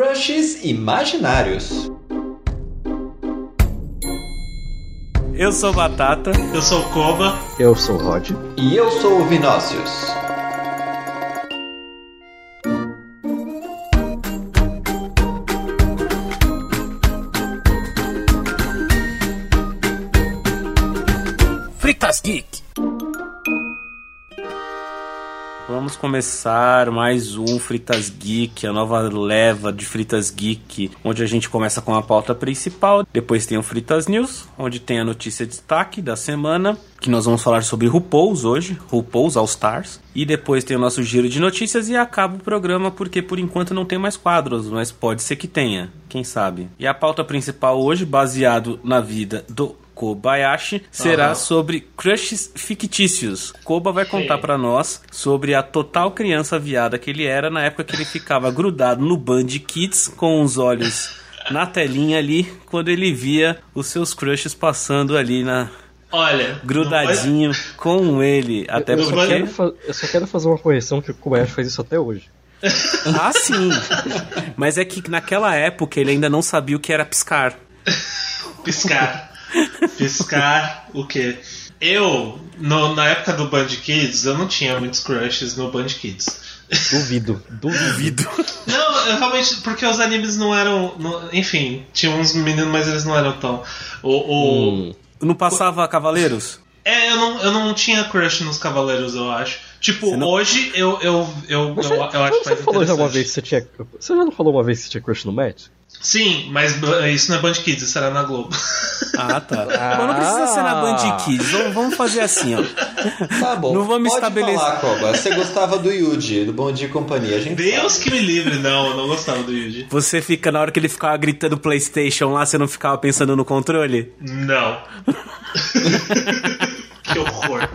Crushes Imaginários. Eu sou Batata. Eu sou o Koba. Eu sou o Rod. E eu sou o Vinócius. Fritas Geek. Vamos começar mais um Fritas Geek, a nova leva de Fritas Geek, onde a gente começa com a pauta principal, depois tem o Fritas News, onde tem a notícia de destaque da semana, que nós vamos falar sobre RuPaul's hoje, RuPaul's All Stars, e depois tem o nosso giro de notícias e acaba o programa porque por enquanto não tem mais quadros, mas pode ser que tenha, quem sabe. E a pauta principal hoje, baseado na vida do Kobayashi será sobre crushes fictícios. Koba vai contar pra nós sobre a total criança viada que ele era na época que ele ficava grudado no Band Kids com os olhos na telinha ali quando ele via os seus crushes passando ali na Olha. grudadinho com ele, até eu, só porque quero fa- eu só quero fazer uma correção que o Kobayashi faz isso até hoje. ah, sim. Mas é que naquela época ele ainda não sabia o que era piscar. não vai piscar. Piscar o quê? Eu, no- na época do Band Kids, eu não tinha muitos crushes no Band Kids. Duvido, duvido. Não, eu realmente, porque os animes não eram. não- enfim, tinha uns meninos, mas eles não eram tão. O, o- Hum. Não passava cavaleiros? É, eu não, eu não tinha crush nos Cavaleiros, eu acho. Tipo, Você não- hoje eu, eu, eu, eu, Você, eu acho você mais falou já uma interessante. vez que você tinha. Você já não falou uma vez que você tinha crush no Matt? Sim, mas b- isso não é Band Kids, isso era na Globo. Ah, tá. Ah. Mas não precisa ser na Band Kids. Vamos- Vamos fazer assim, ó. Tá bom. Não vamos pode estabelecer- falar, Koba. Você gostava do Yuji, do Bom Dia e Companhia. A gente Deus que me livre, não, eu não gostava do Yuji. Você fica, na hora que ele ficava gritando PlayStation lá, você não ficava pensando no controle? Não. que horror.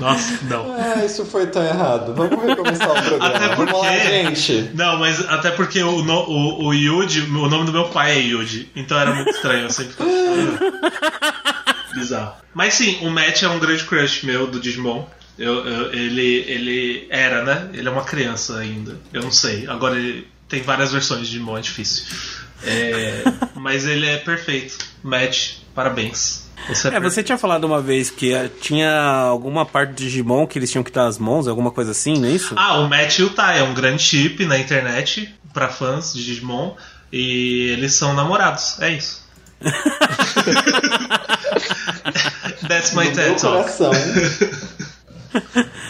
Nossa, não. Ah, isso foi tão errado. Vamos recomeçar o Até programa. porque- Vamos lá, gente. Não, mas até porque o, no, o, o Yuji, o nome do meu pai é Yuji, então era muito estranho, eu sempre ficava. Bizarro. Mas sim, o Matt é um grande crush meu do Digimon. Eu, eu- ele, ele era, né? Ele é uma criança ainda. Eu não sei. Agora ele tem várias versões de Digimon, é difícil. É, mas ele é perfeito. Matt, parabéns. Você é, É, você tinha falado uma vez que eh, tinha alguma parte do Digimon que eles tinham que dar as mãos, alguma coisa assim, não é isso? Ah, o Matt e o Tai é um grande chip na internet pra fãs de Digimon e eles são namorados, é isso. That's No my meu TED Talk. coração.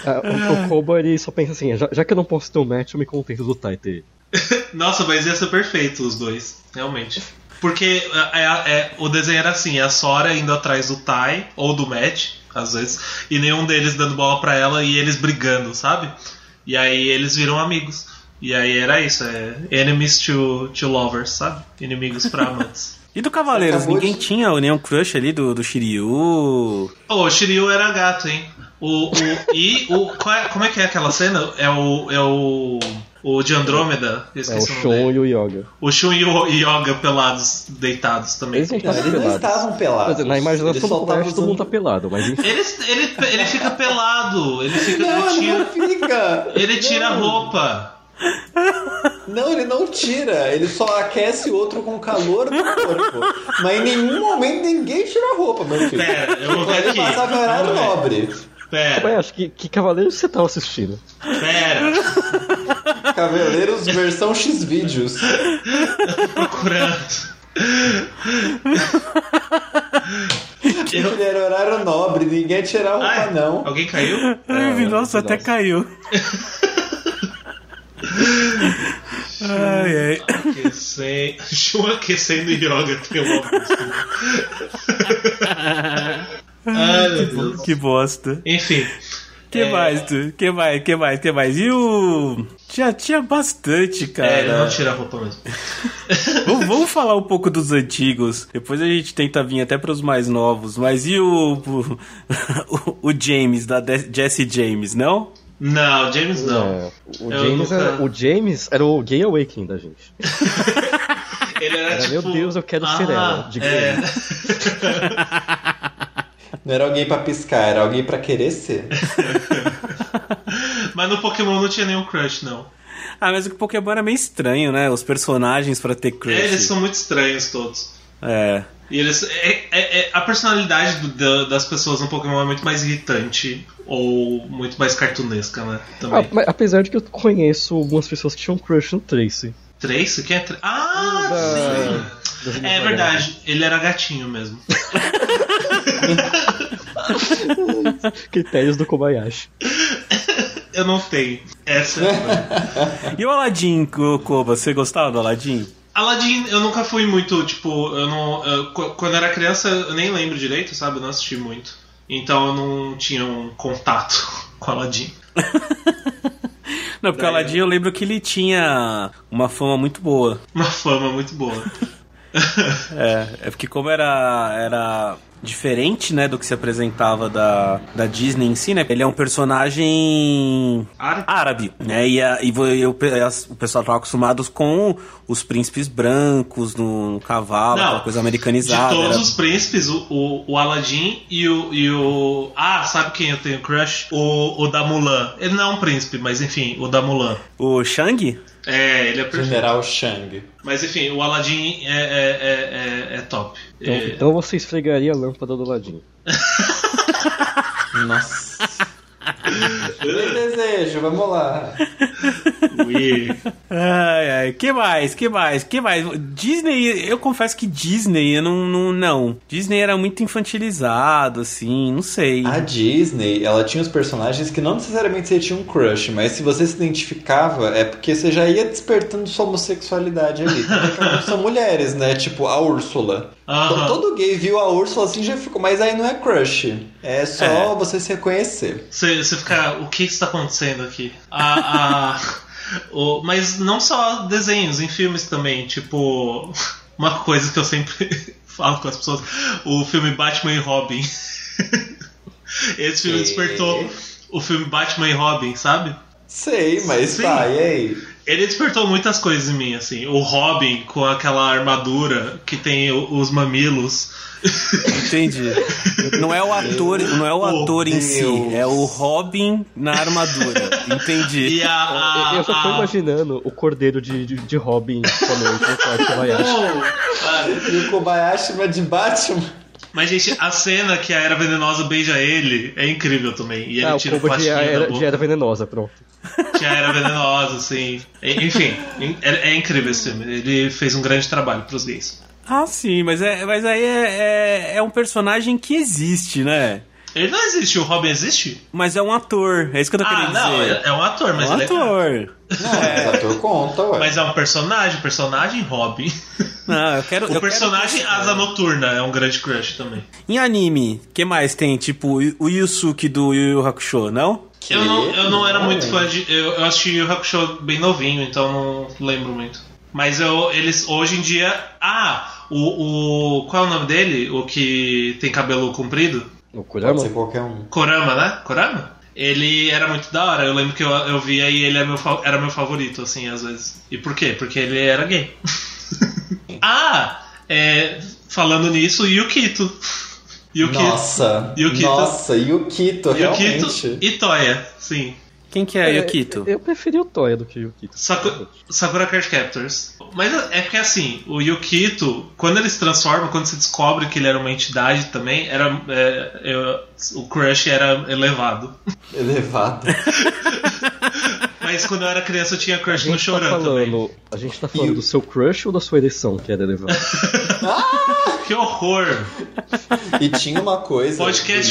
Ah, o, o Koba ele só pensa assim: já, já que eu não posso ter o Matt, eu me contento do É Taite. Nossa, mas ia ser perfeito os dois, realmente. Porque é- é- é- o desenho era assim, a Sora indo atrás do Tai ou do Matt, às vezes, e nenhum deles dando bola pra ela e eles brigando, sabe? E aí eles viram amigos. E aí era isso, é enemies to, to lovers, sabe? Inimigos pra amantes. E do Cavaleiros, Acabou ninguém de- tinha nenhum crush ali do, do Shiryu. Ô, o Shiryu era gato, hein? O, o, e o. qual é- como é que é aquela cena? É o. É o. O de Andrômeda. Eu É o esqueci o, nome. Shon dele. e o Yoga. O Shun e o Yoga pelados, deitados também. Eles não Não, estavam eles não pelados. estavam Tá Quer pelados. dizer, na imaginação Eles do só estavam Kobayashi todo mundo tá usando... pelado, mas enfim. Eles- ele, ele fica pelado. Ele fica. Não, ele ele não tira, fica. ele tira a Não. roupa. Não, ele não tira. Ele só aquece o outro com o calor do corpo. Mas em nenhum momento ninguém tira a roupa, meu filho. Pera, eu vou ver Ele aqui. passava em horário Vamos ver. nobre. Pera, Kobayashi, que, que cavaleiro você tava assistindo? pera. Cavaleiros versão X vídeos. Procurando. Eu- Tipo, Ele era horário nobre, ninguém ia tirar um a roupa, Ai, Ah, não. Alguém caiu? Ai, vi, É, nossa, até caiu. ai, ai. Aquecendo. Shun aquecendo yoga tem uma música. Ai, meu Tipo Deus. Que bosta. Enfim. Que mais, tu? Que mais, que mais, que mais? E o. Já tinha bastante, cara. É, ele não tira a roupa mesmo. Vamos, vamos falar um pouco dos antigos. Depois a gente tenta vir até pros mais novos. Mas e o. O, o James, da De- Jesse James, não? Não, James não. É, o, Eu James nunca- era, o James era o gay awakening da gente. Ele era, Era, tipo. meu Deus, eu quero ah, ser ela, de é. gay. Não era alguém pra piscar, era alguém pra querer ser. Mas no Pokémon não tinha nenhum crush, não. Ah, mas o Pokémon era meio estranho, né? Os personagens pra ter crush. É, eles são muito estranhos todos. É. E eles, é- é- é- a personalidade do- da- das pessoas no Pokémon é muito mais irritante ou muito mais cartunesca, né? Também. Ah, mas apesar de que eu conheço algumas pessoas que tinham crush no Tracy. Trace? Quem é Trace? Ah, Da- sim! É verdade, ele era gatinho mesmo. Critérios do Kobayashi. Eu não tenho. Essa é a coisa. E o Aladdin, Co- Koba, você gostava do Aladdin? Aladdin, eu nunca fui muito, tipo, eu não. eu- qu- quando eu era criança, eu nem lembro direito, sabe? Eu não assisti muito. Então eu não tinha um contato com Aladdin. Não, porque o Daí, né? Aladdin eu lembro que ele tinha uma fama muito boa. Uma fama muito boa. É, é porque como era, era diferente, né, do que se apresentava da, da Disney em si, né? Ele é um personagem Árabe? árabe, né? E, a- e vo- e o, pe- as- o pessoal tava acostumado com os príncipes brancos no cavalo, Não, aquela coisa De americanizada. todos né? era- os príncipes, o, o, o Aladdin e o, e o. Ah, sabe quem eu tenho crush? O, o da Mulan. Ele não é um príncipe, mas enfim, o da Mulan. O Shang? É, ele é perfeito. General Shang. Mas enfim, o Aladdin é, é, é, é, é top. Então, É, então você esfregaria a lâmpada do ladinho. Nossa. Eu desejo, vamos lá. ui. Ai, ai, que mais, que mais, que mais? Disney, eu confesso que Disney, eu não, não, não. Disney era muito infantilizado, assim, não sei. A Disney, ela tinha os personagens que não necessariamente você tinha um crush, mas se você se identificava, é porque você já ia despertando sua homossexualidade ali. Tanto que algumas São mulheres, né? Tipo a Úrsula. Aham. Então, todo gay viu a Úrsula assim já ficou. Mas aí não é crush. É só É. você se reconhecer. Você, você fica, o que está acontecendo aqui? A, a, o, mas não só desenhos, em filmes também. Tipo, uma coisa que eu sempre falo com as pessoas: o filme Batman e Robin. Esse filme E- despertou o filme Batman e Robin, sabe? Sei, mas Sim. tá, e aí? Ele despertou muitas coisas em mim, assim. O Robin com aquela armadura que tem o- os mamilos. Entendi. Não é o ator, não é o Oh, ator em si, Deus. é o Robin na armadura. Entendi. E a. a- eu só tô a- imaginando o cordeiro de, de, de Robin comendo com o Kobayashi. E o Kobayashi vai de Batman. Mas, gente, a cena que a Era Venenosa beija ele é incrível também. E ele Ah, o tira o combo de platinho da era, de boca. era venenosa, pronto. Que a Era Venenosa, assim. E- Enfim, é, é incrível esse filme. Ele fez um grande trabalho pros gays. Ah, sim, mas, é, mas aí é, é, é um personagem que existe, né? Ele não existe, o Robin existe? Mas é um ator, é isso que eu tô ah, querendo não, dizer. é, é um ator, É mas um ele é. ator. Não, mas ator conta, ué. Mas é um personagem, personagem Robin. Não, eu quero. O eu personagem quero... Asa Noturna é um grande crush também. Em anime, que mais tem? Tipo, o- o Yusuke do Yu Yu Hakusho, não? Que? Eu não, eu não era muito Não. fã de. Eu, eu assisti o Hakusho bem novinho, então não lembro muito. Mas eu, eles hoje em dia. Ah! O, o. Qual é o nome dele? O que tem cabelo comprido? O Pode Kurama? ser qualquer um. Korama, né? Korama? Ele era muito da hora, eu lembro que eu, eu via e ele era meu, fa- era meu favorito, assim, às vezes. E por quê? Porque ele era gay. ah! é, falando nisso, Yukito. Yukito. Nossa. Yukito. Nossa, Yukito, Yukito realmente. e Toya, sim. Quem que é, Yukito? Eu preferi o Toya do que o Yukito. Saku- Sakura Card Captors. Mas é porque assim, o Yukito, quando ele se transforma, quando se descobre que ele era uma entidade também, era é, eu- o crush era elevado. Elevado. Mas quando eu era criança eu tinha A crush no gente, tá Choran também. falando, a gente tá falando E o- do seu crush ou da sua ereção, que era elevada? Que horror! E tinha uma coisa. Podcast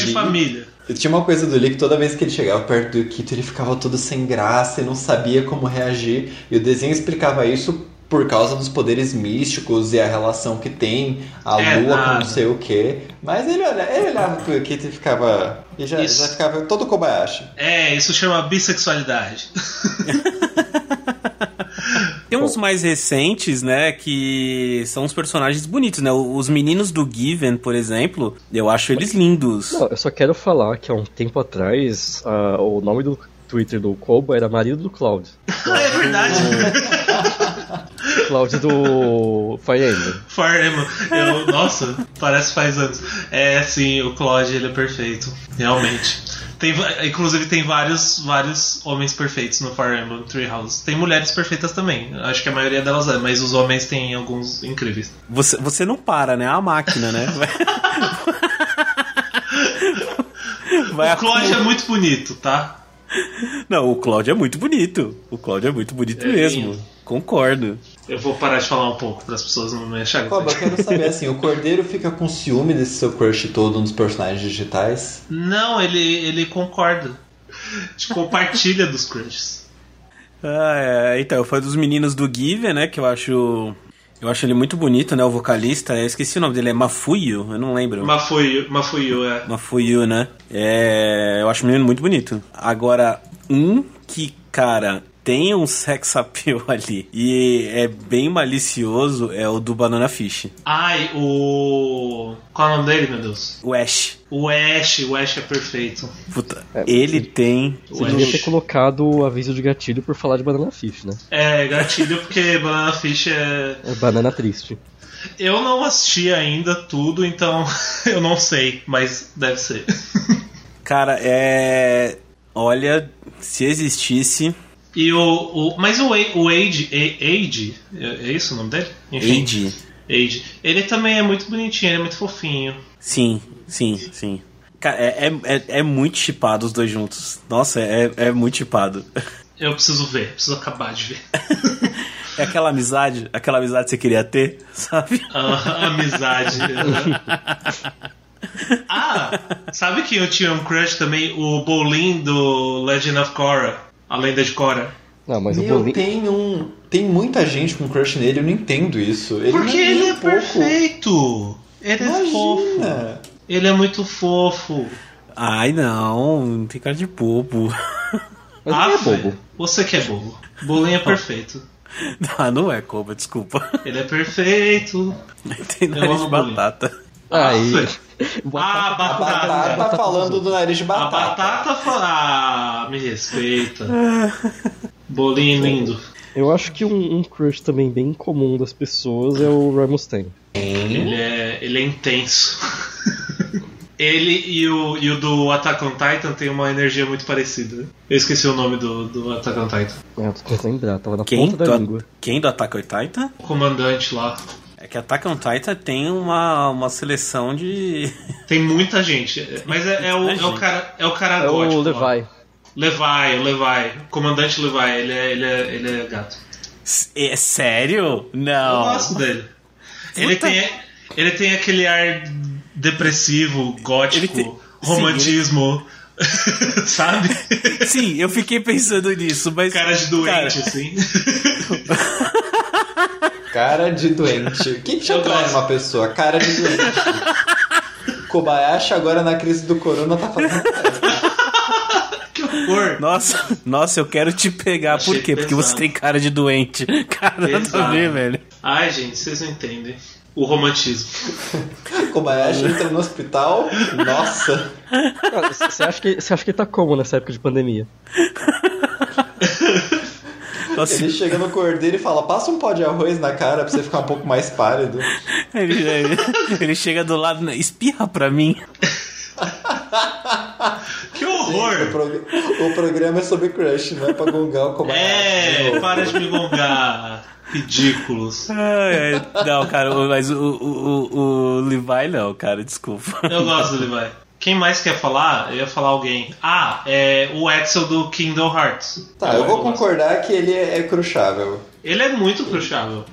do de Lee- família. E Tinha uma coisa do Lee que toda vez que ele chegava perto do Yukito, ele ficava todo sem graça e não sabia como reagir. E o desenho explicava isso por causa dos poderes místicos e a relação que tem a É lua com nada. não sei o que. Mas ele, olha, ele olhava pro Yukito e ficava. E já, Isso. já ficava todo Kobayashi. É, isso chama bissexualidade. Tem uns mais recentes, né, que são uns personagens bonitos, né? Os meninos do Given, por exemplo, eu acho eles lindos. Não, eu só quero falar que há um tempo atrás, ah, o nome do Twitter do Koba era marido do Cloud. é verdade. Cloud do Fire Emblem. Fire Emblem. Eu- nossa, parece faz anos. É, sim, o Claude, ele é perfeito. Realmente. Tem, va- inclusive, tem vários, vários homens perfeitos no Fire Emblem Three Houses. Tem mulheres perfeitas também. Acho que a maioria delas é, mas os homens tem alguns incríveis. Você, você não para, né? É a máquina, né? Vai o Claude acumulando. é muito bonito, tá? Não, o Claudio é muito bonito. O Claudio é muito bonito É mesmo. lindo. Concordo. Eu vou parar de falar um pouco para as pessoas não me acharem. Coba, eu quero saber assim, o Cordeiro fica com ciúme desse seu crush todo nos personagens digitais? Não, ele, ele concorda. Te compartilha dos crushes. Ah, é, então, foi dos meninos do Giver, né? Que eu acho. Eu acho ele muito bonito, né? O vocalista. Eu esqueci o nome dele, é Mafuyu? Eu não lembro. Mafuyu, Mafuyu é. Mafuyu, né? É, eu acho o menino muito bonito. Agora, um que, cara, tem um sex appeal ali e é bem malicioso é o do Banana Fish. Ai, o. Qual é o nome dele, meu Deus? O Ash. O Ash, o Ash é perfeito. Puta, ele tem. O Você Ash. devia ter colocado o aviso de gatilho por falar de Banana Fish, né? É, gatilho, porque Banana Fish é. É banana triste. Eu não assisti ainda tudo, então eu não sei, mas deve ser. Cara, é. Olha, se existisse. E o. o- mas o, A- o Age. A- Age? É é isso o nome dele? Age. Age. Ele também é muito bonitinho, ele é muito fofinho. Sim, sim, sim. Cara, é, é, é- é muito chipado os dois juntos. Nossa, é, é muito chipado. Eu preciso ver, preciso acabar de ver. É aquela amizade, aquela amizade que você queria ter, sabe? Ah, amizade. ah, sabe que eu tinha um crush também? O Bolin do Legend of Korra. A lenda de Korra. Não, mas o Meu, bolinho. tem um. Tem muita gente com crush nele, eu não entendo isso. Ele Porque não nem ele é um pouco. perfeito. Ele é fofo. Imagina! Ele é muito fofo. Ai, não, não tem cara de bobo. Mas ele é bobo. Ah, Você que é bobo. Bolin é perfeito. Ah, não é Koba, desculpa. Ele é perfeito. Tem nariz amo de bullying. batata. É Aí. Ah, A batata. batata tá falando do nariz de A batata. batata fala. Ah, me respeita. Bolinho é lindo. Eu acho que um, um crush também bem comum das pessoas é o Roy Mustang. Ele é, ele é intenso. ele e o, e o do Attack on Titan tem uma energia muito parecida. Eu esqueci o nome do, do Attack on Titan. É, eu tô tentando lembrar, tava na Quem ponta do, tá da a- língua. quem do Attack on Titan? O comandante lá. É que Attack on Titan tem uma, uma seleção de... Tem muita gente. Mas é, é o, é o cara, é o cara É o gótico lá. Levi. Levi, o Levi. O comandante Levi, ele é, ele é, ele é gato. S- É sério? Eu Não. gosto dele. Ele Puta. tem, ele tem aquele ar depressivo, Ele gótico, tem- Sim, romantismo. Sabe? Sim, eu fiquei pensando nisso, mas... Cara de doente, Cara, assim. Cara de doente. O que, que te Eu atrai gosto. uma pessoa? Cara de doente. Kobayashi agora na crise do corona tá fazendo que horror. Nossa, nossa, eu quero te pegar. Achei Por quê? Porque pesado. você tem cara de doente. Cara, nada a Pesado. ver, velho. Ai, gente, vocês não entendem. O romantismo. Kobayashi entra no hospital. Nossa. Ah, c- Você acha, que- você acha que ele tá como nessa época de pandemia? Nossa, Ele chega no cordeiro e fala: passa um pó de arroz na cara pra você ficar um pouco mais pálido. ele, ele- ele chega do lado, né? espirra pra mim. Que O, horror! prog- o programa é sobre crush, não é pra gongar o Kobayashi. de É, novo. para de me gongar. Ridículos. Ai, ai. Não, cara, o- mas o, o, o, o Levi não, cara, desculpa. Eu gosto do Levi. Quem mais quer falar? Eu ia falar alguém. Ah, é o Edsel do Kingdom Hearts. Tá, eu vou gosto. concordar que ele é, é cruchável. Ele é muito cruchável.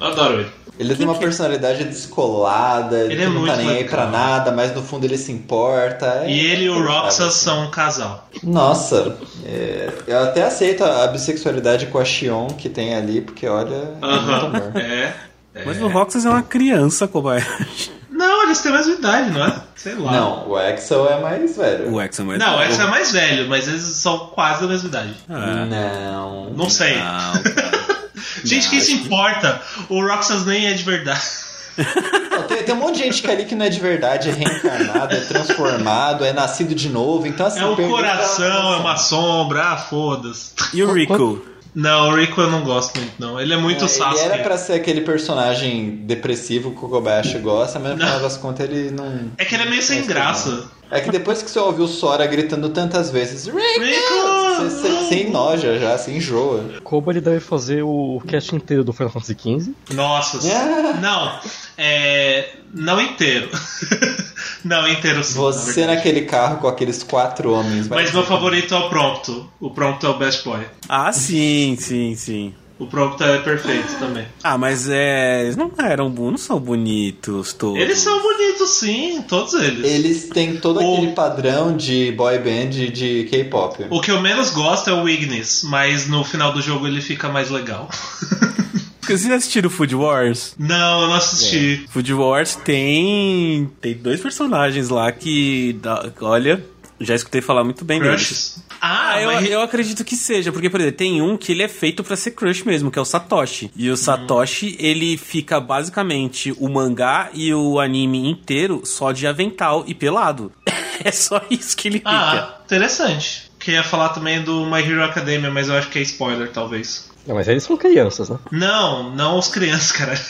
Eu adoro ele. Ele tem uma personalidade descolada, ele, Ele é não tá muito nem aí pra legal. nada, mas no fundo ele se importa. é E ele e o cruchável. Roxas são um casal. Nossa, é, eu até aceito a bissexualidade com a Xion que tem ali, porque olha, é muito Aham. amor. É. Mas o Roxas é uma criança, Kobayashi. Não, eles têm a mesma idade, não é? Sei lá. Não, o Axel é mais velho. O Exxon Não, o Edsel é mais velho, mas eles são quase da mesma idade. Ah, Não. Não sei. não, cara. Gente, quem se importa? O Roxas nem é de verdade. Não, Tem, tem um monte de gente que ali que não é de verdade, é reencarnado, é transformado, é nascido de novo. Então, assim, É o perdeu a- coração, é uma sombra, ah, foda-se. E o Rico? Não, o Rico eu não gosto muito, não. Ele é muito É, Sasuke. Ele era pra ser aquele personagem depressivo que o Kobayashi gosta, mas no Não. final das contas ele não. É que ele é meio sem Mas graça. É que depois que você ouviu o Sora gritando tantas vezes, "Rico!", você, você, Rico! você enoja já, se enjoa. Como ele deve fazer o cast inteiro do Final Fantasy XV? Nossa. Yeah. Não, é. Não inteiro. não, inteiro sim. na Você verdade. naquele carro com aqueles quatro homens. vai Mas meu ser- favorito é o Prompto. O Prompto é o best boy. Ah, sim, sim, sim. O Prompto é perfeito também. Ah, mas é. Eles não eram bu- não são bonitos todos. Eles são bonitos, sim, todos eles. Eles têm todo O- aquele padrão de boy band e de K-pop. O que eu menos gosto é o Ignis, mas no final do jogo ele fica mais legal. Vocês já assistiram Food Wars? Não, eu não assisti. Food Wars tem. Tem dois personagens lá que. dá- olha, já escutei falar muito bem deles. Crushes. Ah, Ah, eu, mas... eu acredito que seja, porque, por exemplo, tem um que ele é feito pra ser crush mesmo, que é o Satoshi. E o Uhum. Satoshi, ele fica basicamente o mangá e o anime inteiro só de avental e pelado. É só isso que ele fica. Ah, interessante. Que ia falar também do My Hero Academia, mas eu acho que é spoiler, talvez. Não, mas eles são crianças, né? Não, não os crianças, cara. Ah,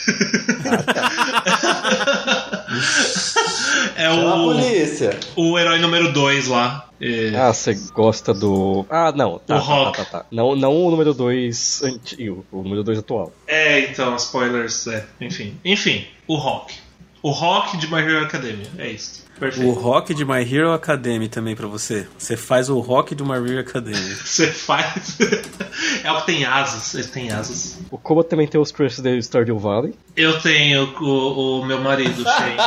é tá. Chama a o, polícia. o herói número 2 lá. É, Ah, você gosta do. Ah, não. Tá, O tá, Rock. tá, tá, tá. Não, não o número 2 antigo, o número 2 atual. É, então, spoilers, é. Enfim. Enfim, o Rock. O Rock de My Hero Academia. É isso. O Perfeito. rock de My Hero Academy também pra você. Você faz o rock do My Hero Academy. Você faz. é o que tem asas. Ele tem asas. O Koba também tem os crushes dele do Stardew Valley. Eu tenho o, o meu marido, o Shane.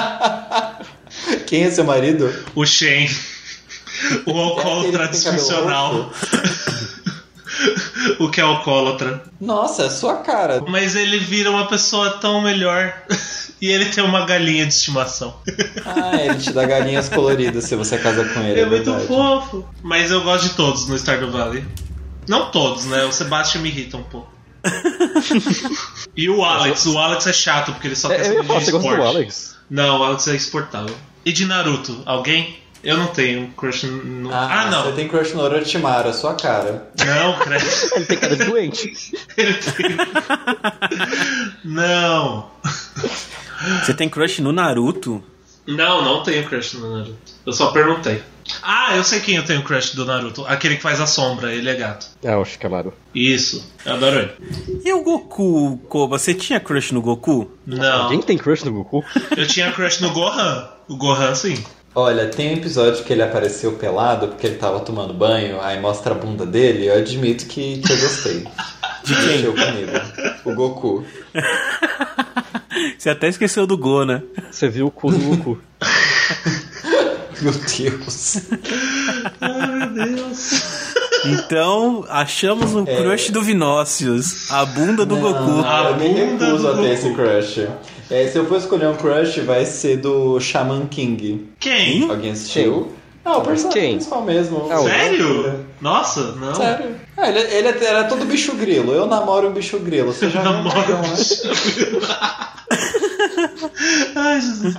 Quem é seu marido? O Shane. O alcoólatra Ele tem cabelo disfuncional. o que é alcoólatra. Nossa, é sua cara. Mas ele vira uma pessoa tão melhor. E ele tem uma galinha de estimação. É Ah, ele te dá galinhas coloridas se você casa com ele. É muito verdade. fofo. Mas eu gosto de todos no Stardew Valley. Não todos, né? O Sebastian me irrita um pouco. e o Alex. O Alex é chato, porque ele só quer É, eu ia saber falar, de você gosta do esporte. Alex? Não, o Alex é exportável. E de Naruto? Alguém? Eu não tenho um crush no... Ah, Ah, Você não. tem crush no Orochimaru, é sua cara. Não, credo. Ele tem cara de doente. Ele tem... não. você tem crush no Naruto? Não, não tenho crush no Naruto. Eu só perguntei. Ah, eu sei quem eu tenho crush do Naruto. Aquele que faz a sombra, ele é gato. Ah, o Shikamaru. Isso, eu adoro ele. E o Goku, Koba? Você tinha crush no Goku? Não. Alguém tem crush no Goku? Eu tinha crush no Gohan. O Gohan, sim. Olha, tem um episódio que ele apareceu pelado porque ele tava tomando banho, aí mostra a bunda dele, eu admito que, que eu gostei. De quem? Mexeu comigo. O Goku. Você até esqueceu do Go, né? Você viu o cu do Goku. Meu Deus. Ai, meu Deus. Então, achamos É. um crush do Vinócios, a bunda do Goku. A eu me bunda recuso do a ter Goku. esse crush. É, se eu for escolher um crush, vai ser do Shaman King. Quem? Alguém assistiu? Ah, o personagem Quem? principal mesmo. né? Ah, o- Sério? Nossa, não. Sério. Ah, ele, ele era todo bicho grilo. Eu namoro um bicho grilo. Você já viu um Namoro. dragão, né? Ai, Jesus.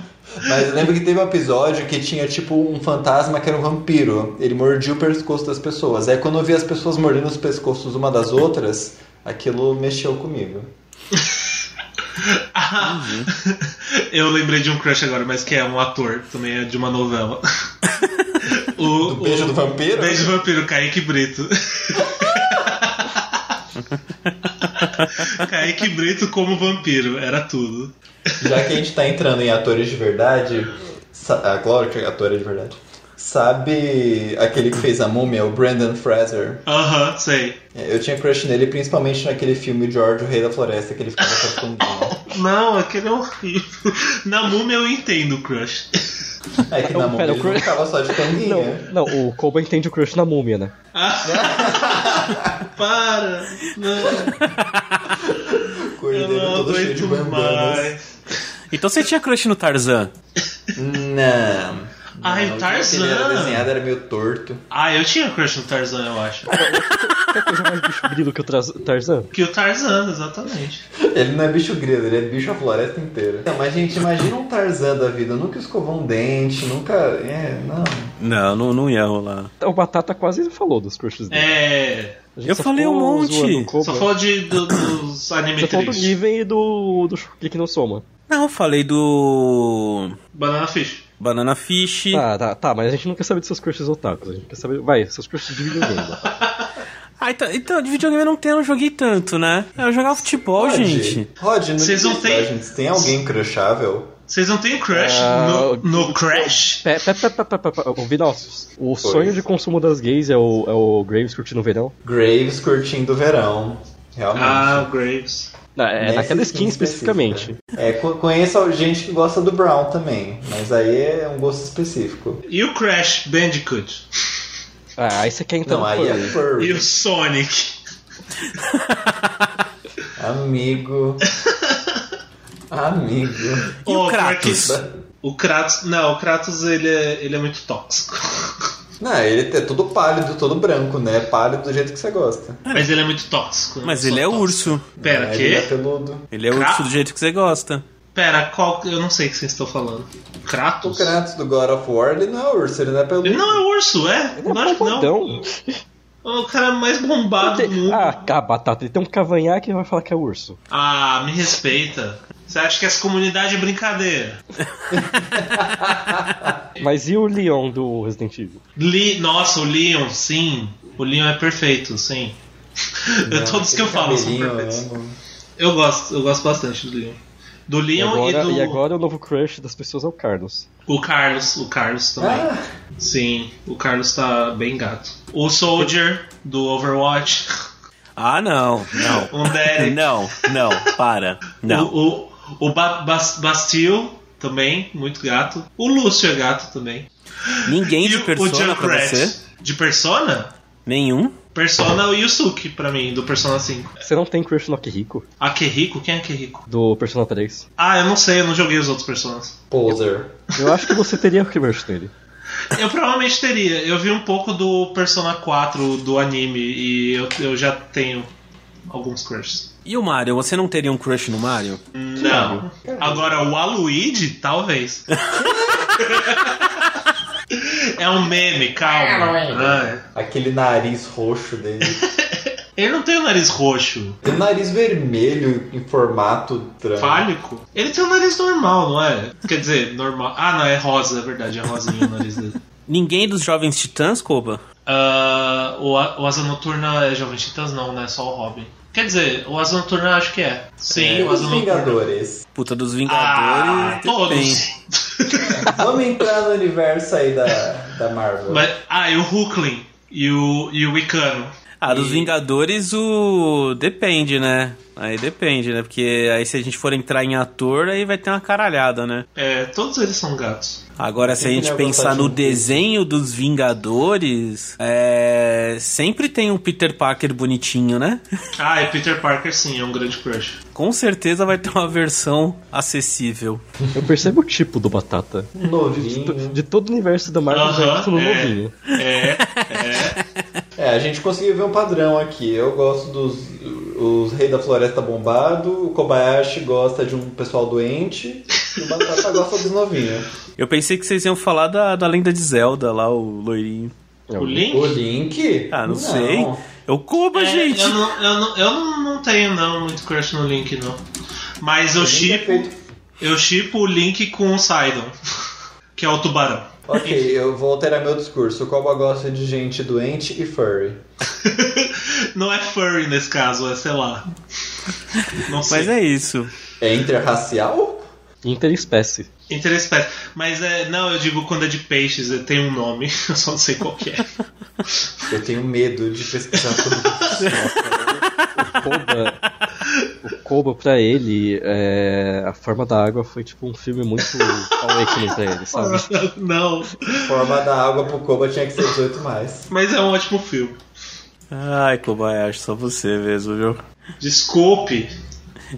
Mas eu lembro que teve um episódio que tinha tipo um fantasma que era um vampiro. Ele mordia o pescoço das pessoas. Aí quando eu vi as pessoas mordendo os pescoços uma das outras, aquilo mexeu comigo. Ah, Eu lembrei de um crush agora, mas que é um ator, também é de uma novela. O, Do beijo o- do vampiro? Beijo do vampiro, Kaique Brito. Kaique Brito como vampiro, era tudo. Já que a gente tá entrando em atores de verdade, sa- a Glória, que é atora de verdade, sabe aquele que fez a múmia, o Brandon Fraser? Aham, sei. É, Eu tinha crush nele principalmente naquele filme George, o Rei da Floresta, que ele ficava com a fundinha. Não, aquele é horrível. Na múmia eu entendo o crush. É que na Não, múmia pera, o ele não crush- ficava só de tanguinha. Não, não, o Koba entende o crush na múmia, né? Para! Não, O coelho eu dele não é todo cheio de aguento bandanas. mais. Então você tinha crush no Tarzan? Não. não, Ai, o jeito Tarzan. que Ele era desenhado, era meio torto. Ah, eu tinha crush no Tarzan, eu acho. Quer coisa mais bicho grilo que o Traz- Tarzan? Que o Tarzan, exatamente. Ele não é bicho grilo, ele é bicho a floresta inteira. Não, mas, gente, imagina um Tarzan da vida. Nunca escovou um dente, nunca. É, não. Não, não, não ia rolar. Então, O Batata quase falou dos crushes dele. É. A gente Eu só falei um ficou monte. zoando o Cobra. Só falou de, do- dos anime Você falou do tristes. Given e do, do Shuriki no Soma. Não, falei do. Banana Fish. Banana Fish. Ah. Tá, tá, tá, mas a gente não quer saber dos seus crushes otakus. A gente quer saber. Vai, seus crushes de videogame. Ah, então, então, de videogame eu não tenho, eu não joguei tanto, né? Eu jogava futebol, Rod, gente. Rod, não Vocês não diz isso, têm- tá, gente. Tem alguém crushável? Vocês não têm crush Ah, no, o- no Crash? Pé, pé, pé, pé, pé, pé, pé. Ô, Vidal, o sonho de consumo das gays é o, é o Graves curtindo o verão? Graves curtindo o verão. Realmente. Ah, Graves. Não, é Nessa naquela skin especificamente. É, co- conheço gente que gosta do Brown também, mas aí é um gosto específico. E o Crash Bandicoot? Ah, aí você quer entrar Então, no aí é furry. E furry. o Sonic? Amigo. Amigo. E o Oh, pior que- Kratos? O Kratos. Não, o Kratos ele é, ele é muito tóxico. Não, ele é todo pálido, todo branco, né? Pálido do jeito que você gosta. Mas ele é muito tóxico. Mas Só ele é tóxico. urso. Pera, Né? Ele é quê? peludo. Ele é Cra- urso do jeito que você gosta. Pera, qual. Eu não sei o que vocês estão falando. O Kratos? Kratos do God of War, ele não é urso, ele não é um peludo. Ele não é urso, é? Ele é Lógico que não. bombadão. É O cara mais bombado do mundo. Ah, a batata, ele tem um cavanhaque e vai falar que é urso. Ah, me respeita. Você acha que essa comunidade é brincadeira? Mas e o Leon do Resident Evil? Li... Nossa, o Leon, sim. O Leon é perfeito, sim. Não, é Todos que eu aquele falo são cabelinho, perfeitos. né? Eu gosto, eu gosto bastante do Leon. Do E Leon e, agora, do. e agora o novo crush das pessoas é o Carlos. O Carlos, o Carlos também. Ah, Sim, o Carlos tá bem gato. O Soldier do Overwatch. Ah, não, não. Um Derek. não, não, para. Não. O, o, o Ba- Bas- Bastille também, muito gato. O Lúcio é gato também. Ninguém de o- o persona John pra Kratz. você? De Persona? Nenhum? Persona o Yusuke pra mim, do Persona 5. Você não tem crush no Akihiko? A Kehiko? Quem é Kehiko? Do Persona 3? Ah, eu não sei, eu não joguei os outros Personas. poser. Eu acho que você teria crush nele. Eu provavelmente teria. Eu vi um pouco do Persona 4 do anime e eu, eu já tenho alguns crushes. E o Mario? Você não teria um crush no Mario? Não. Agora, o Aluigi, talvez. é um meme, É, calma. né? Ah, Aquele nariz roxo dele. é. Ele não tem o nariz roxo, Tem um nariz vermelho em formato trans. fálico. Ele tem o nariz normal, não é? Quer dizer, normal. Ah, não, é rosa, é verdade, é rosinha o nariz dele. Ninguém dos jovens titãs, Koba? Ah, o, A- o Asa Noturna é Jovem Titãs? Não, né? Só o Robin. Quer dizer, o Asa Noturna eu acho que é. Sim, É, o Asa os Noturna. Vingadores. Puta dos Ah, Vingadores. tem. todos. Vamos entrar no universo aí da, da Marvel. Mas, ah, e o Hulkling e o, e o Wicano. Ah, dos Vingadores o. Depende, né? Aí depende, né? Porque aí se a gente for entrar em ator, aí vai ter uma caralhada, né? É, todos eles são gatos. Agora, se a Quem gente que vai pensar gostar no de um- desenho dos Vingadores, é... sempre tem um Peter Parker bonitinho, né? Ah, e Peter Parker sim, é um grande crush. Com certeza vai ter uma versão acessível. Eu percebo o tipo do batata. Um Novinho. De todo o universo da Marvel, Aham, uh no é. novinho. É, é. É, a gente conseguiu ver um padrão aqui. Eu gosto dos os Rei da Floresta Bombado, o Kobayashi gosta de um pessoal doente e o Batata gosta dos novinhos. Eu pensei que vocês iam falar da, da lenda de Zelda lá, o loirinho. um O O Link? Link? Ah, não, sei. É o Cuba, É, gente! eu não, eu, não, eu não- não tenho não muito crush no Link, não. Mas eu O Link é shippo, feito- eu shippo o Link com o Sidon, que é o tubarão. Ok, eu vou alterar meu discurso. O Koba gosta de gente doente e furry. Não é furry nesse caso, é sei lá. Não sei. Mas é isso. É interracial? É, Interespécie. Interespécie. Mas é. Não, eu digo quando é de peixes, é- tem um nome, eu só não sei qual que é. Eu tenho medo de pesquisar tudo O Koba, o Koba pra ele, é, a forma da água foi tipo um filme muito awakening pra ele, sabe? não. Forma da água pro Koba tinha que ser 18 mais. Mas é um ótimo filme. Ai, Kobayashi, só você mesmo, viu? Desculpe.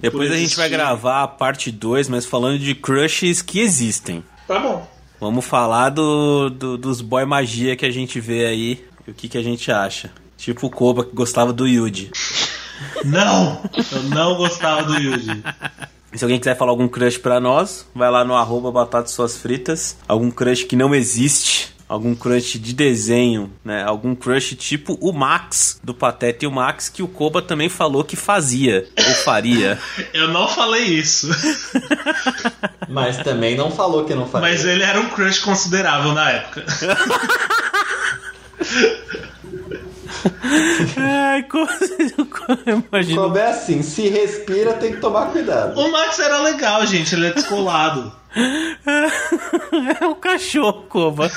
Depois a gente vai existir. gravar a parte 2, mas falando de crushes que existem. Tá bom. Vamos falar do, do- dos boy magia que a gente vê aí. e O que, que a gente acha. Tipo o Koba que gostava do Yuji. Não! Eu não gostava do Yuji. Se alguém quiser falar algum crush pra nós, vai lá no arroba batata suas fritas. Algum crush que não existe. algum crush de desenho, né? Algum crush tipo o Max, do Pateta e o Max, que o Koba também falou que fazia, ou faria. Eu não falei isso. Mas também não falou que não faria. Mas ele era um crush considerável na época. Ai, como... É, eu imagino. Como é assim, se respira tem que tomar cuidado. O Max era legal, gente, ele é descolado. É o cachorro, Koba.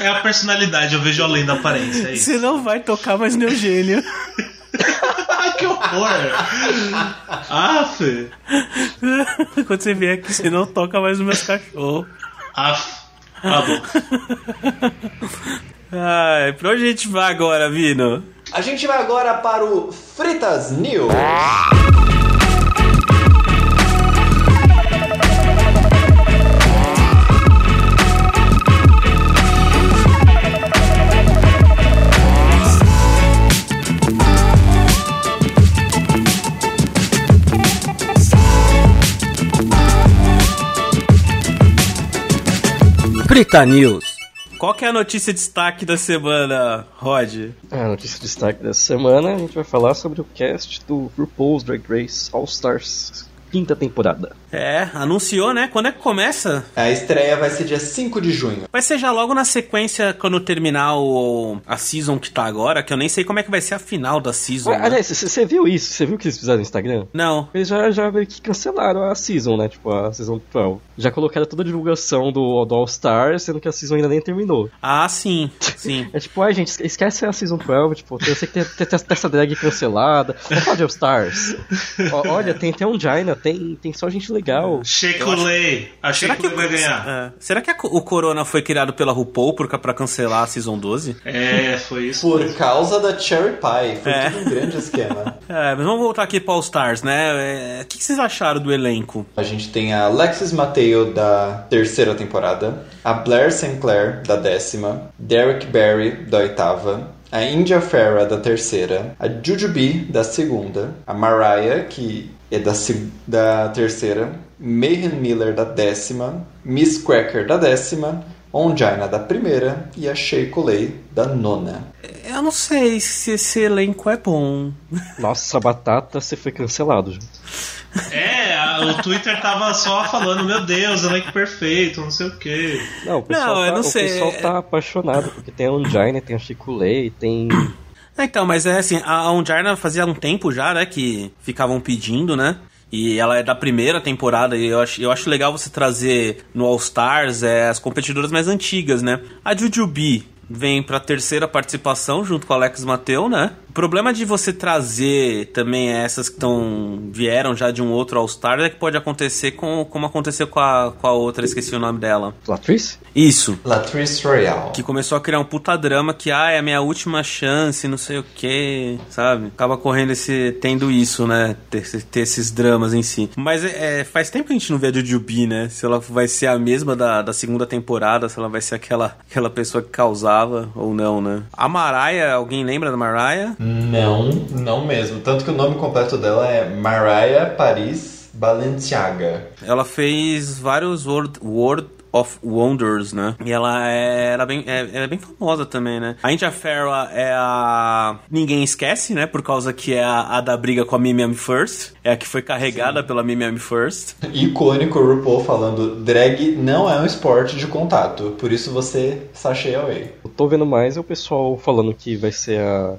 É a personalidade, eu vejo além da aparência. É isso. Você não vai tocar mais no Eugênio. Ai, Ah, que horror! Ah, Aff! Quando você vier aqui, você não toca mais nos meus cachorros. Aff! Tá bom. Ai, pra onde a gente vai agora, Vino? A gente vai agora para o Fritas News. Frita News. Qual que é a notícia destaque da semana, Rod? É, A notícia de destaque dessa semana, a gente vai falar sobre o cast do RuPaul's Drag Race All Stars, quinta temporada. É, anunciou, né? Quando é que começa? A estreia vai ser dia 5 de junho. Vai ser já logo na sequência, quando terminar o, a season que tá agora, que eu nem sei como é que vai ser a final da season. Ué, né? Aliás, você viu isso? Você viu o que eles fizeram no Instagram? Não. Eles já, já meio que cancelaram a season, né? Tipo, a season atual. Já colocaram toda a divulgação do, do All Star, sendo que a season ainda nem terminou. Ah, sim. Sim. É tipo, ai gente, esquece a Season 12, tipo, eu sei que tem, tem- tem essa drag cancelada. Vamos falar de All Stars. Ó, olha, tem até um Jaina, tem, tem só gente legal. Shekulei. A Shekulei vai ganhar. é, será que a co- o Corona foi criado pela RuPaul por, ca- pra cancelar a Season 12? É, foi isso. Por causa da Cherry Pie. Foi É. tudo um grande esquema. É, mas vamos voltar aqui para All Stars, né? É, O que, que vocês acharam do elenco? A gente tem a Alexis Mateo da terceira temporada, a Blair Sinclair da décima, Derek Barry da oitava, a India Farah da terceira, a Jujubee da segunda, a Mariah, que é da, se- da terceira, Mayhem Miller da décima, Miss Cracker da décima, Onjaina da primeira e a Shea Coley da nona. Eu não sei se esse elenco é bom. Nossa, batata, você foi cancelado. gente. É, a- o Twitter tava só falando, meu Deus, elenco perfeito, não sei o quê. Não, o pessoal, Não, eu tá, não o sei. pessoal tá apaixonado, porque tem a Jaina, tem a Chiculei, tem. É, Então, mas é assim, a Onjarna fazia um tempo já, né, que ficavam pedindo, né? E ela é da primeira temporada e eu acho, eu acho legal você trazer no All Stars é, as competidoras mais antigas, né? A Jujubee vem pra terceira participação junto com o Alex Mateu, né? O problema de você trazer também essas que tão, vieram já de um outro All Star é que pode acontecer com, como aconteceu com a, com a outra, esqueci o nome dela. Latrice? Isso. Latrice Royale. Que começou a criar um puta drama que, ah, é a minha última chance, não sei o que, sabe? Acaba correndo esse. tendo isso, né? Ter, ter esses dramas em si. Mas é, é, faz tempo que a gente não vê a Jujubi, né? Se ela vai ser a mesma da, da segunda temporada, se ela vai ser aquela, aquela pessoa que causava ou não, né? A Maraia, alguém lembra da Maraia? Não, não mesmo. Tanto que o nome completo dela é Mariah Paris Balenciaga. Ela fez vários World, World of Wonders, né? E ela é, era bem, é, ela é bem famosa também, né? A India Farah é a... Ninguém esquece, né? Por causa que é a, a da briga com a Mimiam First. É a que foi carregada pela Mimiam First. Icônico o RuPaul falando: drag não é um esporte de contato, por isso você sachê away. Eu tô vendo mais é o pessoal falando que vai ser a,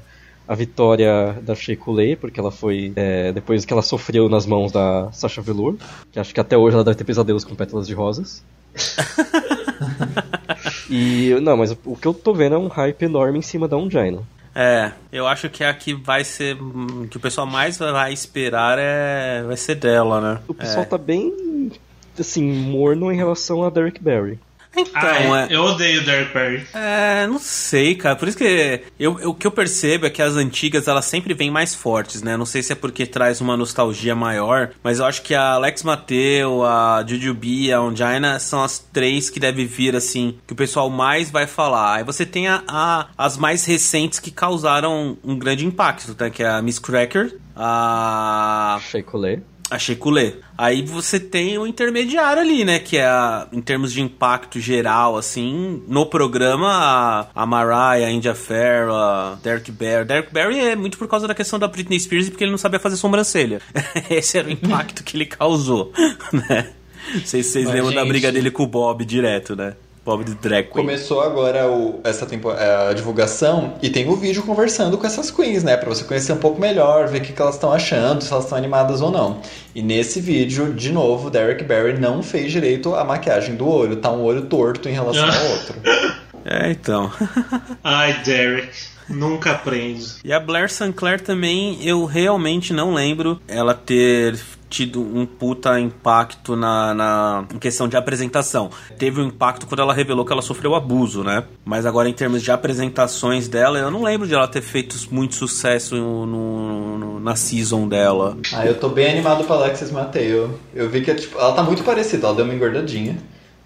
a vitória da Sheikulei, porque ela foi. é, depois que ela sofreu nas mãos da Sasha Velour, que acho que até hoje ela deve ter pesadelos com pétalas de rosas. e. Não, mas o que eu tô vendo é um hype enorme em cima da um Ongina. É, eu acho que é a que vai ser... hum, Que o pessoal mais vai esperar é... Vai ser dela, né? O pessoal tá bem. Assim, morno em relação a Derek Barry. Então, Ah, Ai, é... Eu odeio o Derek Perry. É, não sei, cara. Por isso que eu, eu- o que eu percebo é que as antigas elas sempre vêm mais fortes, né? Não sei se é porque traz uma nostalgia maior, mas eu acho que a Alex Mateu, a Jujubee, a Ongina são as três que deve vir, assim, que o pessoal mais vai falar. Aí você tem a, a- as mais recentes que né? causaram um grande impacto, tá? Que é a Miss Cracker, a. Sheikulei. a Shekulé. Aí você tem o intermediário ali, né? Que é, a, em termos de impacto geral, assim, no programa, a, a Mariah, a India Ferra, Derek Barry. Derek Barry é muito por causa da questão da Britney Spears e porque ele não sabia fazer sobrancelha. Esse era o impacto que ele causou, né? Não sei se vocês Mas, lembram da gente- briga dele com o Bob direto, né? Bob de Drag Queen. Começou agora o- essa tempo- é, a divulgação e tem o vídeo conversando com essas queens, né? Pra você conhecer um pouco melhor, ver o que, que elas estão achando, se elas estão animadas ou não. E nesse vídeo, de novo, Derek Barry não fez direito à maquiagem do olho. Tá um olho torto em relação ao outro. É, então. Ai, Derek, nunca aprende. E a Blair Sinclair também, eu realmente não lembro ela ter tido um puta impacto na, na em questão de apresentação. Teve um impacto quando ela revelou que ela sofreu abuso, né? Mas agora em termos de apresentações dela, eu não lembro de ela ter feito muito sucesso no- no- no- na season dela. Ah, eu tô bem animado pra Alexis Mateo. Eu vi que tipo, ela tá muito parecida, ela deu uma engordadinha.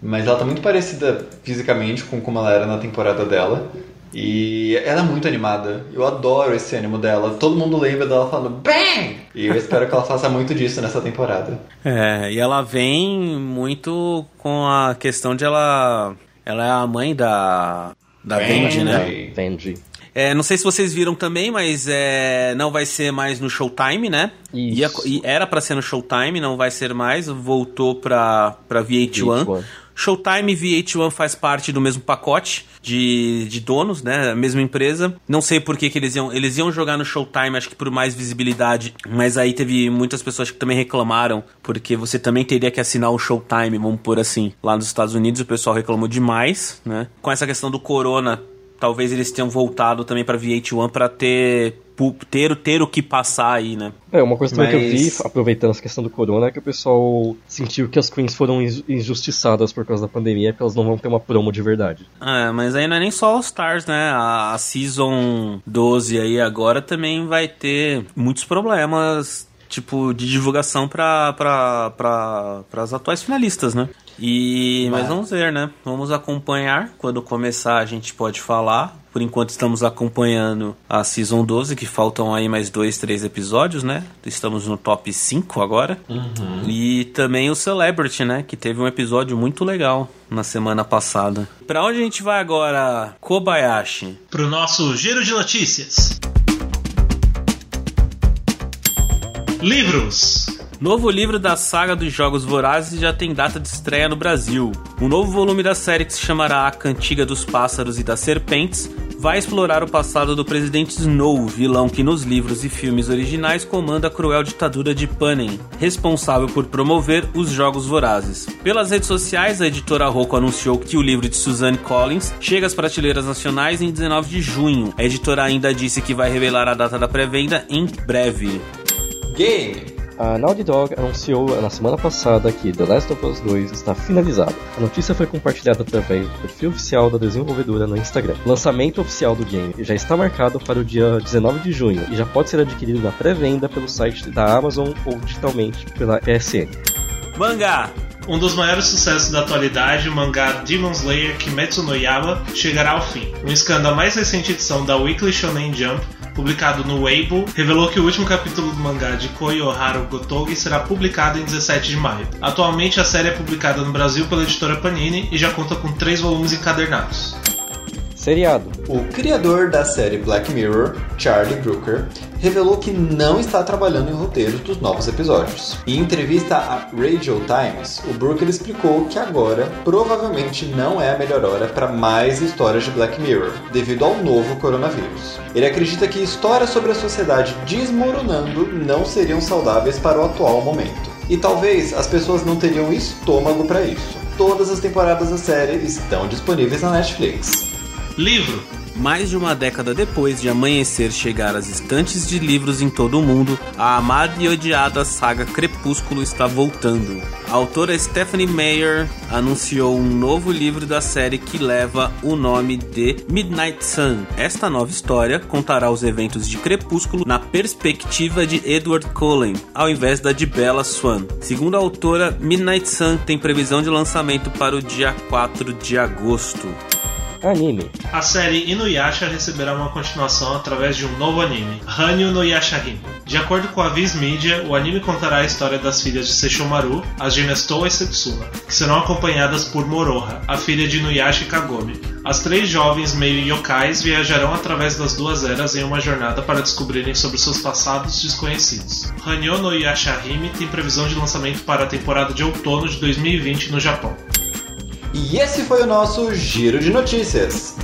Mas ela tá muito parecida fisicamente com como ela era na temporada dela. E ela é muito animada. Eu adoro esse ânimo dela. Todo mundo lembra dela falando BANG! E eu espero que ela faça muito disso nessa temporada. É, e ela vem muito com a questão de ela. Ela é a mãe da. Da Vendi, né? Vendi. É, não sei se vocês viram também, mas é, não vai ser mais no Showtime, né? Isso. Ia- e era pra ser no Showtime, não vai ser mais. Voltou pra, pra VH1. VH1. Showtime e VH1 faz parte do mesmo pacote de, de donos, né? A mesma empresa. Não sei por que, que eles iam. Eles iam jogar no Showtime, acho que por mais visibilidade. Mas aí teve muitas pessoas que também reclamaram, porque você também teria que assinar o Showtime, vamos por assim. Lá nos Estados Unidos o pessoal reclamou demais, né? Com essa questão do corona, talvez eles tenham voltado também pra VH1 pra ter pu- ter, ter o que passar aí, né? É, uma coisa também que eu vi, Mas- aproveitando essa questão do corona, é que o pessoal sentiu que as queens foram inju- injustiçadas por causa da pandemia, porque elas não vão ter uma promo de verdade. Ah, mas aí não é nem só All Stars, né? A, a Season 12 aí agora também vai ter muitos problemas, tipo, de divulgação pra, pra, pra, pras atuais finalistas, né? E, mas Mas- vamos ver, né? Vamos acompanhar. Quando começar a gente pode falar. Por enquanto estamos acompanhando a Season 12, que faltam aí mais dois, três episódios, né? Estamos no top 5 agora. E também o Celebrity, né? Que teve um episódio muito legal na semana passada. Pra onde a gente vai agora, Kobayashi? Pro nosso giro de notícias. Livros. Novo livro da saga dos Jogos Vorazes já tem data de estreia no Brasil. O novo volume da série, que se chamará A Cantiga dos Pássaros e das Serpentes, vai explorar o passado do presidente Snow, vilão que nos livros e filmes originais comanda a cruel ditadura de Panem, responsável por promover os Jogos Vorazes. Pelas redes sociais, a editora Rocco anunciou que o livro de Suzanne Collins chega às prateleiras nacionais em 19 de junho. A editora ainda disse que vai revelar a data da pré-venda em breve. Game! A Naughty Dog anunciou na semana passada que The Last of Us 2 está finalizado. A notícia foi compartilhada através do perfil oficial da desenvolvedora no Instagram. O lançamento oficial do game já está marcado para o dia 19 de junho e já pode ser adquirido na pré-venda pelo site da Amazon ou digitalmente pela PSN. Mangá! Um dos maiores sucessos da atualidade, o mangá Demon Slayer Kimetsu no Yaiba chegará ao fim. Um scan da mais recente edição da Weekly Shonen Jump, publicado no Weibo, revelou que o último capítulo do mangá de Koyoharu Gotogi será publicado em 17 de maio. Atualmente a série é publicada no Brasil pela editora Panini e já conta com três volumes encadernados. Seriado. O criador da série Black Mirror, Charlie Brooker, revelou que não está trabalhando em roteiros dos novos episódios. Em entrevista à Radio Times, o Brooker explicou que agora provavelmente não é a melhor hora para mais histórias de Black Mirror, devido ao novo coronavírus. Ele acredita que histórias sobre a sociedade desmoronando não seriam saudáveis para o atual momento. E talvez as pessoas não teriam estômago para isso. Todas as temporadas da série estão disponíveis na Netflix. Livro Mais de uma década depois de Amanhecer chegar às estantes de livros em todo o mundo, a amada e odiada saga Crepúsculo está voltando. A autora Stephanie Meyer anunciou um novo livro da série que leva o nome de Midnight Sun. Esta nova história contará os eventos de Crepúsculo na perspectiva de Edward Cullen, ao invés da de Bella Swan. Segundo a autora, Midnight Sun tem previsão de lançamento para o dia 4 de agosto. Anime. A série Inuyasha receberá uma continuação através de um novo anime, Hanyu no Yashahime. De acordo com a Viz Media, o anime contará a história das filhas de Sesshomaru, as gêmeas Toa e Setsuna, que serão acompanhadas por Moroha, a filha de Nuyashi Kagome. As três jovens meio yokais viajarão através das duas eras em uma jornada para descobrirem sobre seus passados desconhecidos. Hanyo no Yashahime tem previsão de lançamento para a temporada de outono de 2020 no Japão. E esse foi o nosso Giro de Notícias.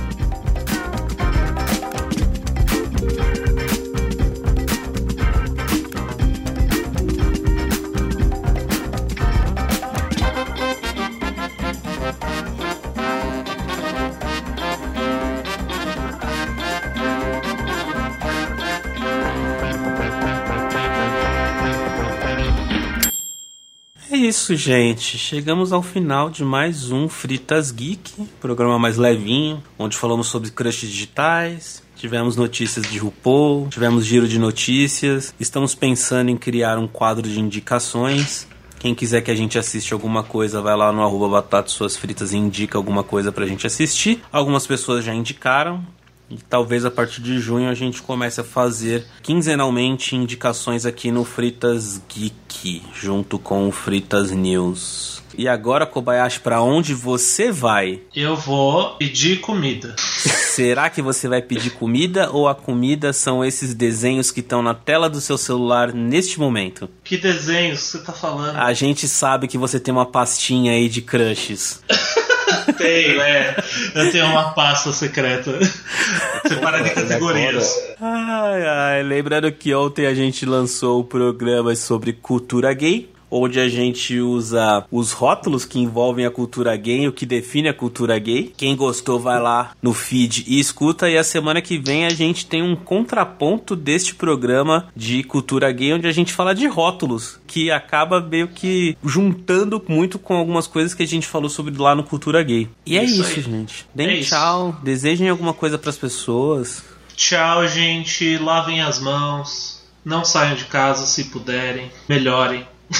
É isso, gente. Chegamos ao final de mais um Fritas Geek, programa mais levinho, onde falamos sobre crushes digitais. Tivemos notícias de RuPaul, tivemos giro de notícias. Estamos pensando em criar um quadro de indicações. Quem quiser que a gente assista alguma coisa, vai lá no arroba batata suas fritas e indica alguma coisa pra gente assistir. Algumas pessoas já indicaram. E talvez a partir de junho a gente comece a fazer quinzenalmente indicações aqui no Fritas Geek, junto com o Fritas News. E agora, Kobayashi, pra onde você vai? Eu vou pedir comida. Será que você vai pedir comida ou a comida são esses desenhos que estão na tela do seu celular neste momento? Que desenhos você tá falando? A gente sabe que você tem uma pastinha aí de crushes. Tenho, é. Eu tenho uma pasta secreta. Separada em categorias. Ai, ai, lembrando que ontem a gente lançou o programa sobre cultura gay. Onde a gente usa os rótulos que envolvem a cultura gay, o que define a cultura gay. Quem gostou, vai lá no feed e escuta. E a semana que vem a gente tem um contraponto deste programa de cultura gay, onde a gente fala de rótulos, que acaba meio que juntando muito com algumas coisas que a gente falou sobre lá no cultura gay. E é Isso isso, aí. gente. Deem É isso. tchau, desejem alguma coisa pras pessoas. Tchau, gente. Lavem as mãos. Não saiam de casa se puderem. Melhorem.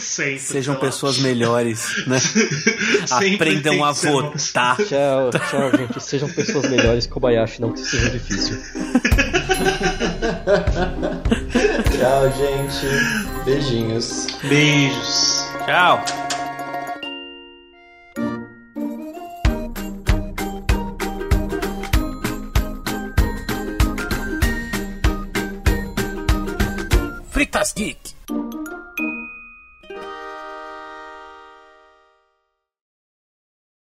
Sempre. Sejam sei lá. pessoas melhores, né? Sempre tem Aprendam a que ser uma votar. Tchau, tchau, gente. Sejam pessoas melhores, Kobayashi, não que isso seja difícil. Tchau, gente. Beijinhos. Beijos. Tchau. Fritas Geek.